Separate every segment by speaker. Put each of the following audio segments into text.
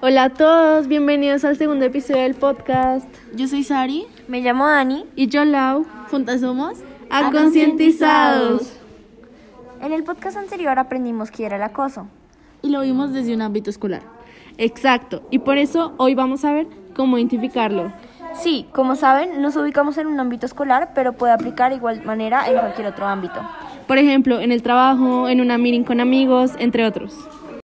Speaker 1: Hola a todos, bienvenidos al segundo episodio del podcast.
Speaker 2: Yo soy Sari
Speaker 3: Me llamo Dani.
Speaker 1: Y yo, Lau,
Speaker 2: Juntas somos
Speaker 1: a concientizados.
Speaker 3: En el podcast anterior aprendimos qué era el acoso.
Speaker 2: y lo vimos desde un ámbito escolar.
Speaker 1: Exacto, y por eso hoy vamos a ver cómo identificarlo.
Speaker 3: Sí, como saben, nos ubicamos en un ámbito escolar, pero puede aplicar de igual manera en cualquier otro ámbito.
Speaker 1: Por ejemplo, en el trabajo, en una meeting con amigos, entre otros.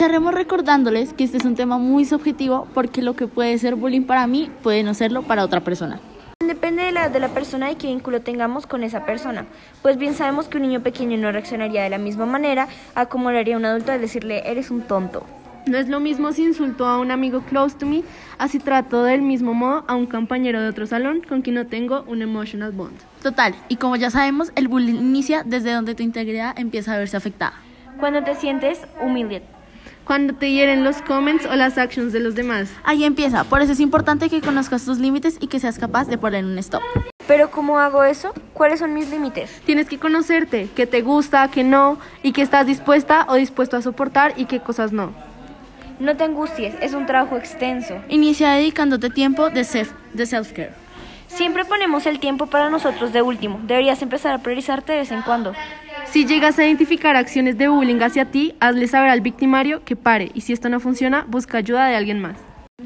Speaker 2: Estaremos recordándoles que este es un tema muy subjetivo porque lo que puede ser bullying para mí puede no serlo para otra persona.
Speaker 3: Depende de la, de la persona y qué vínculo tengamos con esa persona. Pues bien sabemos que un niño pequeño no reaccionaría de la misma manera a como lo haría un adulto al decirle eres un tonto.
Speaker 1: No es lo mismo si insulto a un amigo close to me, así trato del mismo modo a un compañero de otro salón con quien no tengo un emotional bond.
Speaker 2: Total, y como ya sabemos, el bullying inicia desde donde tu integridad empieza a verse afectada.
Speaker 3: Cuando te sientes humilde.
Speaker 1: Cuando te hieren los comments o las actions de los demás.
Speaker 2: Ahí empieza, por eso es importante que conozcas tus límites y que seas capaz de poner un stop.
Speaker 3: Pero ¿cómo hago eso? ¿Cuáles son mis límites?
Speaker 1: Tienes que conocerte, qué te gusta, qué no, y qué estás dispuesta o dispuesto a soportar y qué cosas no.
Speaker 3: No te angusties, es un trabajo extenso.
Speaker 2: Inicia dedicándote tiempo de self- de self-care.
Speaker 3: Siempre ponemos el tiempo para nosotros de último. Deberías empezar a priorizarte de vez en cuando.
Speaker 1: Si llegas a identificar acciones de bullying hacia ti, hazle saber al victimario que pare y si esto no funciona, busca ayuda de alguien más.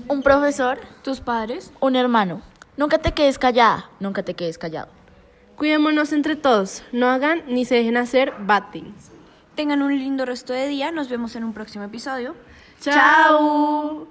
Speaker 2: Un profesor, tus padres, un hermano. Nunca te quedes callada, nunca te quedes callado.
Speaker 1: Cuidémonos entre todos, no hagan ni se dejen hacer bad things.
Speaker 3: Tengan un lindo resto de día. Nos vemos en un próximo episodio.
Speaker 1: ¡Chao!